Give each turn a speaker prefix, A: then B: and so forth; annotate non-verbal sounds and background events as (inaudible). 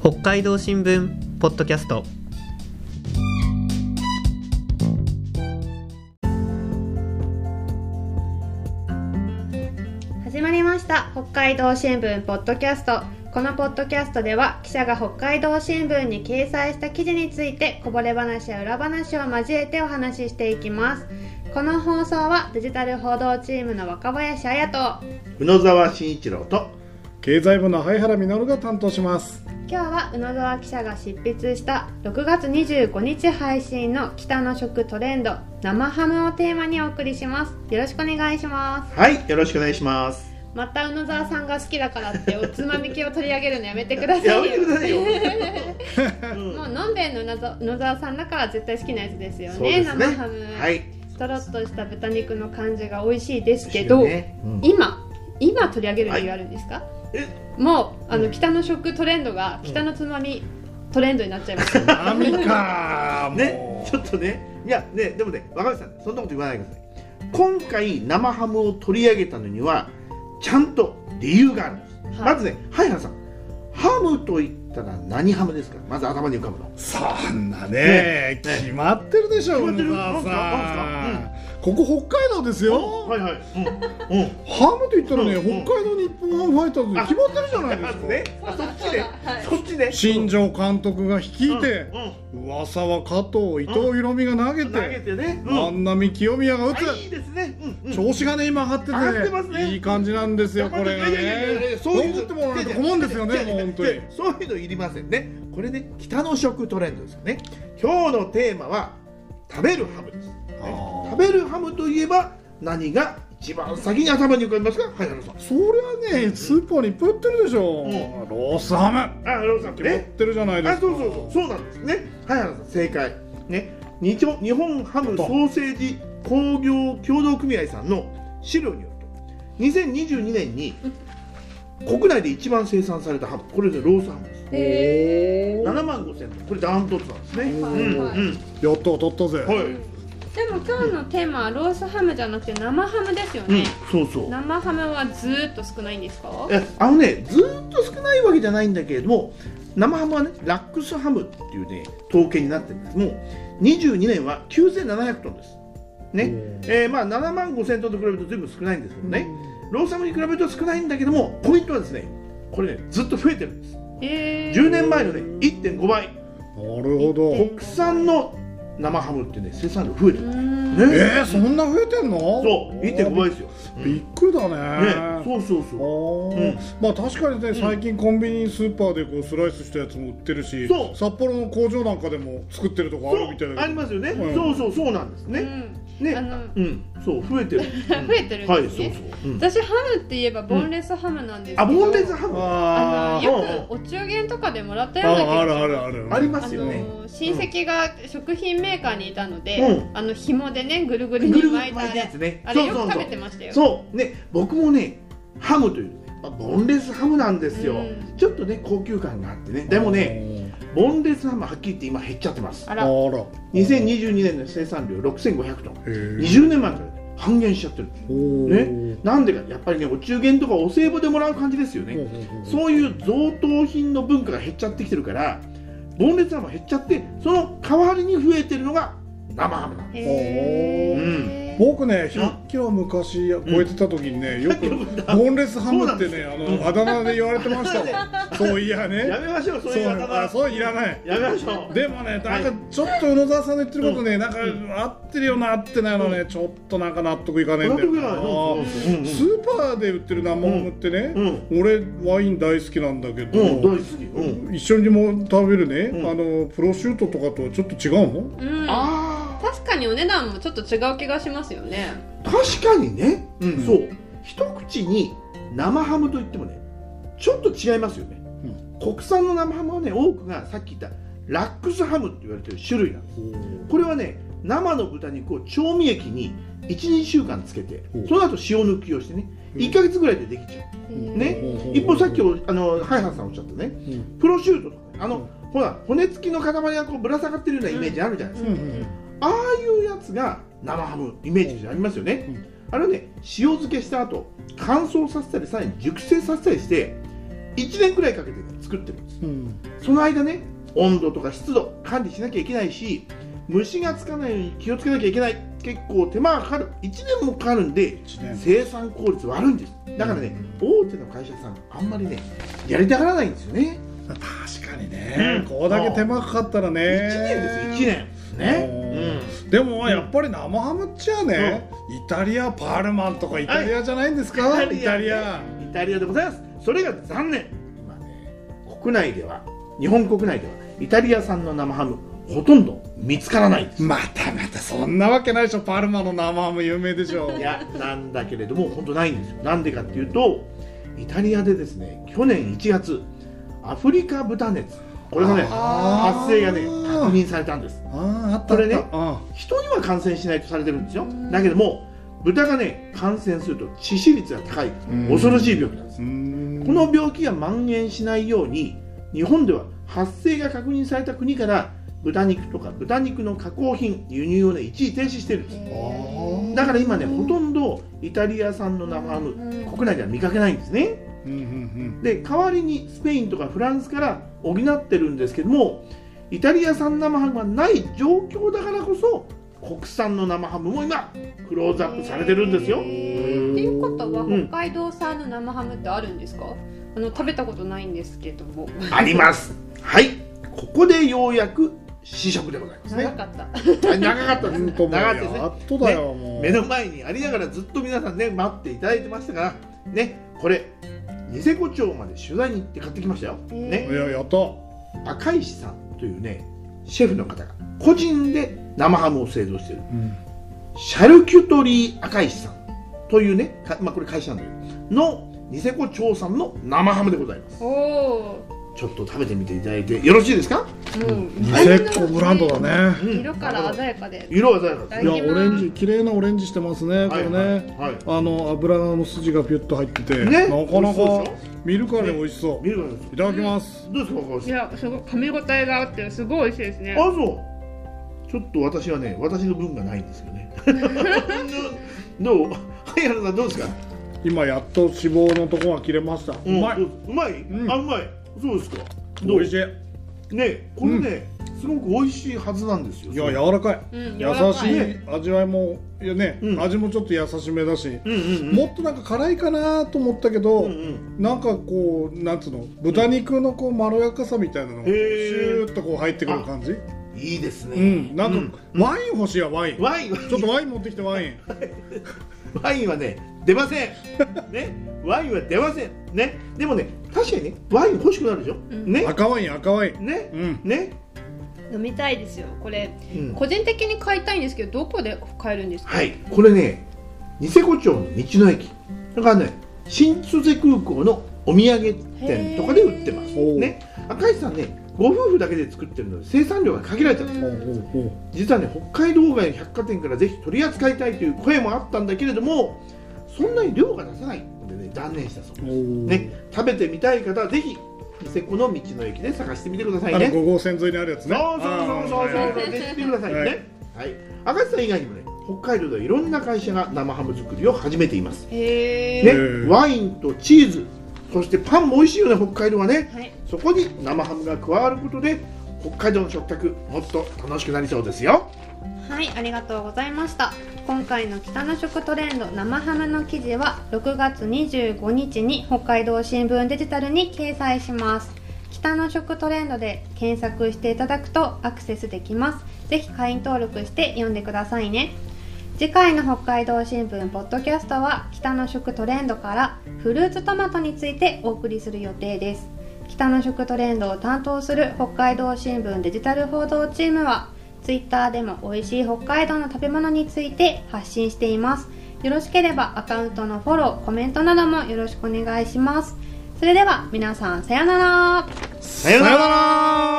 A: 北海道新聞ポッドキャスト
B: 始まりました北海道新聞ポッドキャストこのポッドキャストでは記者が北海道新聞に掲載した記事についてこぼれ話や裏話を交えてお話ししていきますこの放送はデジタル報道チームの若林彩と
C: 宇野沢慎一郎と
D: 経済部の灰原実が担当します
B: 今日は宇野沢記者が執筆した6月25日配信の北の食トレンド生ハムをテーマにお送りしますよろしくお願いします
C: はいよろしくお願いします
B: また宇野沢さんが好きだからっておつまみ系を取り上げるのやめてくださいよ
C: やめてくださいよ、うん
B: もう飲んべえの野沢野沢さんだから絶対好きなやつですよ
C: そう
B: ね
C: ですね
B: 生ハム、
C: はい
B: とろっとした豚肉の感じが美味しいですけど、
C: ねうん
B: 今今取り上げる理由あるんですか、
C: え
B: もうあの、
C: うん
B: 北の食トレンドが北のつまみトレンドになっちゃいま
C: (laughs)
B: した、
D: ダメか
C: ねちょっとねいやねでもね若林さんそんなこと言わないでください今回生ハムを取り上げたのにはちゃんと理由があるんです、
B: はい
C: まずねはい原さんハムと言ったら何ハムですかまず頭に浮かぶの
D: そんなね
C: ね
D: 決まってるでしょ
C: 決まってる
D: 宇野
C: な
D: 沢
C: ん
D: さんここ北海道ですよ
C: はいはいうんうん
D: ハムと言ったらね
C: うん
D: 北海道日本ハムファイターズに決まってるじゃないで
C: ますず
D: か
C: ねあそっちねそっちね
D: 新庄監督が率いて
C: うんうん
D: 噂は加藤伊藤博美が投げ
C: 投げ
D: て
C: てねうん
D: 万波清宮が打
C: あい
D: つ
C: いですねうんうん
D: 調子がね今上がって
C: 上がってま
D: て
C: す
D: ね
C: ね
D: いい感じなんですよこれが
C: いやいやいやい
D: ね
C: や
D: そう思ってもらわないと困るんですよね
C: 違う違う
D: もう
C: 違う
D: 本当に
C: そういうのいりませんねこれね北の食トレンドですよね今日のテーマは食べるハムです、ね
D: あー、
C: 食べるハムといえば何が一番先に頭に浮かびますかはい原さん
D: そりゃねスーパーにいっぱい売ってるでしょ、
C: うん
D: ロースハム
C: あ原さん
D: 決まっ
C: ね
D: てるじゃないで
C: あ
D: すか
C: そうそうそうそうなんですねはい原さん正解ね日本日本ハムソーセージ工業協同組合さんの資料によると2022年に国内で一番生産されたハムこれでロースハムです
B: え
C: 7万5千本これダントツなんですね、
B: は
C: う
B: い
C: ん
B: はい
C: うん
D: やっと取ったぜ、
C: はい
B: でも今日のテーマはロースハムじゃなくて生ハムですよ
C: うん
B: ね、
C: そうそう
B: 生ハムはずーっと少ないんですか
C: えあのねずーっと少ないわけじゃないんだけれども生ハムはねラックスハムっていうね統計になってるんですもう22年は9700トンですねえーまあ7万5000トンと比べると随分少ないんですけどねロースハムに比べると少ないんだけどもポイントはですねこれねずっと増えてるんです
B: えー
C: 10年前のね1.5倍
D: なるほど
C: 国産の生ハムってね生産量増えて
B: う
C: る
B: ー
C: ね
B: ん
D: えー、そんな増えてんの
C: そう1.5倍ですよ、うん
D: びっくりだ
C: ね
D: ね、
C: そうそうそう。
D: あ
C: うん
D: ーまあ確かにね
C: ん
D: 最近コンビニスーパーでこうスライスしたやつも売ってるし
C: そう
D: 札幌の工場なんかでも作ってるとこあ
C: そ
D: るみたいうだ
C: あ
D: け
C: り
D: ど
C: ますよね。
D: うん
C: そうそうそうなんです
B: う
C: ね。
B: んあ
C: ね。
B: の
C: うん、そう増えてる。うん
B: (laughs) 増えてるんですね
C: はい、そうそう。うん、
B: 私ハムって言えばボンレスハムなんですけど、
C: あ、ボンレスハム。
B: あ
D: あ
B: の
D: ー
B: よくお中元とかでもらったような気
D: あ
B: が
D: あるあるある
C: ありま
B: あ
C: すよね。
B: の親戚が食品メーカーにいたので、
C: う
B: あの紐でねぐるぐる
C: ぐるぐ
B: に
C: る
B: 巻
C: 巻
B: い
C: い
B: たあ
C: たや
B: れ
C: つね。
B: あ
C: そ
B: れ
C: う
B: よ
C: そ
B: く
C: う
B: 食
C: そ
B: べ
C: う
B: て。ましたよ
C: そうね、僕もね、ハムというね、まあボンレスハムなんですよ
B: うん。
C: ちょっとね、高級感があってね。でもね、ボンレスハムはっきり言って今減っちゃってます。
B: あ
D: あら
B: ら
C: 2022年の生産量6500トン。
D: へ
C: 20年前から半減しちゃってる。
D: え
C: なんでか、やっぱりね、お中元とかお歳暮でもらう感じですよね。そういう贈答品の文化が減っちゃってきてるから、ボンレスハムが減っちゃって、その代わりに増えてるのが生ハムなの。
B: へー
D: 僕ね100キロ昔超えてた時にねよくボンレスハムってねあ
C: うん
D: のあだ名で言われてました
C: ね
D: もんそういや
C: や
D: ね
C: めましょう、そう
D: そ
C: いうう方
D: あそういらない
C: やめましょう。
D: でもねなん
C: は
D: か
C: い
D: ちょっと宇野沢さんの言ってることねなんか
C: うん
D: 合ってるような合ってないようなねちょっとなんか納得いかねえんだ
C: 納
D: よ
C: 得いかないうんうんうん
D: なスーパーで売ってる生ハムって
C: う
D: ね
C: ん、
D: 俺ワイン大好きなんだけ
C: うん、大
D: ど
C: 好き。うん。
D: 一緒にも食べるね
C: うん
D: あのプロシュートとかとはちょっと違うの
B: うん
C: あ
B: 確かにお値段もちょっと違う気がしますよね
C: あ、確かにね、
D: ん
C: そう、一口に生ハムといってもね、ちょっと違いますよね。国産の生ハムはね、多くがさっき言ったラックスハムって言われてる種類なんです。これはね生の豚肉を調味液に12週間つけて
D: ほう
C: その後塩抜きをしてね
D: うん
C: 1か月ぐらいでできちゃうね一方さっきおあのハイハンさんおっしゃったね
D: うん
C: プロシュートとかねあのほら骨付きの塊がこうぶら下がってるようなイメージあるじゃないですか
D: うんうん
C: ああいうやつが生ハムイメージとしてありますよね
D: うん
C: あれはね塩漬けした後乾燥させたりさらに熟成させたりして1年くらいかけて、ね、作ってるんです
D: うん
C: その間ね温度とか湿度管理しなきゃいけないし虫がつかないように気をつけなきゃいけない結構手間がかかる1年もかかるんで
D: 一年
C: 生産効率悪いんですだからね、大手の会社さんあんまりねやりたがらないんですよね、
D: 確かにね、
C: うん
D: これだけ手間かかったらね
C: 一1年ですよ1年ね、
D: でもやっぱり生ハムっちゃね、イタリアパールマンとかイタリアじゃないんですか、
C: はい
D: イタリア
C: うん、イタリアでございますそれが残念今ね国内では日本国内ではイタリア産の生ハムほとんど見つからないんです
D: またまたそんなわけないでしょパールマンの生ハム有名でしょ
C: いやなんだけれども本当ないんですよなんでかっていうとイタリアでですね去年1月アフリカ豚熱これがね
D: あー
C: 発生がね確認されたんです
D: あああった
C: これね
D: あったあ
C: 人には感染しないとされてるんですよだけども豚がね感染すると致死率が高い
D: ん
C: 恐ろしい病気なんです
D: うーん
C: この病気が蔓延しないように日本では発生が確認された国から豚肉とか豚肉の加工品輸入をね一時停止してるんです
D: あ
C: だから今ねほとんどイタリア産の生ハム国内では見かけないんですね
D: ーうんうん
C: で代わりにスペインとかフランスから補ってるんですけどもイタリア産生ハムがない状況だからこそ国産の生ハムも今クローズアップされてるんですよ、
B: へーっていうことは
C: うん
B: 北海道産の生ハムってあるんですか、あの食べたことないんですけども
C: ありますはいここでようやく試食でございます
B: 長
C: ね
B: かった
C: あ長かった
D: う
C: で
D: ん
C: す
D: う
C: 長
D: んともう
C: かったですね
D: やっとだよ、もう
C: 目の前にありながらずっと皆さんね待っていただいてましたからねこれニセコ町まで取材に行って買ってきましたよ、ね
D: いややった
C: 赤石さんというねシェフの方が個人で生ハムを製造しているシャルキュトリー赤石さんというね、かまあ、これ会社なんだけどのニセコ町産の生ハムでございます
B: おお
C: ちょっと食べてみていただいてよろしいですか
B: ーもう
D: ニセコブランドだね
C: うん
B: 色から鮮やかで
C: 色鮮やかです
B: い
D: い
B: ただ
D: や
B: きます
D: オレンジ綺麗なオレンジしてますねこれね、
C: はい、はい
D: あの油の筋がピュッと入ってて、
C: ね
D: なか
C: 美味
D: な
C: しそうでし
D: か見るからに美味しそう、
C: 見るからです
D: いただきま
C: ど
D: す、
C: うですか赤
B: い
C: 石さん
B: やすごい噛み応えがあってすごい美味しいですね
C: あそうちょっと私はね私の分がないんですよ
D: (laughs)
C: ねどう萩原さんどうですか
D: 今やっと脂肪のとこが切れました、うまい、
C: んうまい、
D: うん
C: あうまいそうですかど
D: 美
C: う
D: 味しいい
C: ねこれね、すごく美味しいはずなんですよ。
D: や柔らかい
B: うん柔
D: 優
B: らかい
D: しい味わいもいやね、
C: うん
D: 味もちょっと優しめだし、
C: うんうん
D: もっとなんか辛いかなと思ったけど、
C: うんうん
D: なんかこうなんつうの豚肉のこうまろやかさみたいなのがシ
C: へー
D: ューッとこう入ってくる感じ、
C: いいです
D: う
C: ね。
D: ん、なんか、
C: うん
D: ワイン欲しいわワイン
C: ワインは
D: ちょっとワイン持ってきてワイン
C: ワインはね出ま
D: (laughs)
C: せん。ねワインは出ません。ねでもね確かにねワイン欲しくなるでしょ。
B: ん
C: ね
D: 赤ワイン赤ワイン
C: ね
D: うん
C: ね。
B: 飲みたいですよこれ
C: うん
B: 個人的に買いたいんですけどどこで買えるんですか
C: はいこれねニセコ町の道の駅だからね新千歳空港のお土産店とかで売ってます。
D: へー
C: ね赤石さんねご夫婦だけで作ってるので生産量が限られちゃうんです。
D: ほうほうほう
C: 実はね北海道外の百貨店からぜひ取り扱いたいという声もあったんだけれどもそんなに量が出せないのでね断念したそうです、ね
D: ね、、
C: 食べてみたい方はぜひニセコの道の駅で探してみてください
D: あの
C: ね
D: 5号線沿いにあるやつ
C: そう
D: ね。
C: そうそうそう
D: あー
C: そうそうぜひ来てくださいね、
D: は
C: はいい赤石さん以外にもね北海道ではいろんな会社が生ハム作りを始めています、
B: へ
C: ね
B: え、
D: ー
C: ワインとチーズそしてパンも美味しいよね北海道はね
B: はい
C: そこに生ハムが加わることで北海道の食卓もっと楽しくなりそうですよ
B: はい、ありがとうございました。今回の北の食トレンド生ハムの記事は6月25日に北海道新聞デジタルに掲載します。北の食トレンドで検索していただくとアクセスできます。ぜひ会員登録して読んでくださいね。次回の北海道新聞ポッドキャストは北の食トレンドからフルーツトマトについてお送りする予定です。北の食トレンドを担当する北海道新聞デジタル報道チームはツイッターでも美味しい北海道の食べ物について発信していますよろしければアカウントのフォローコメントなどもよろしくお願いしますそれでは皆さんさようなら
C: さようなら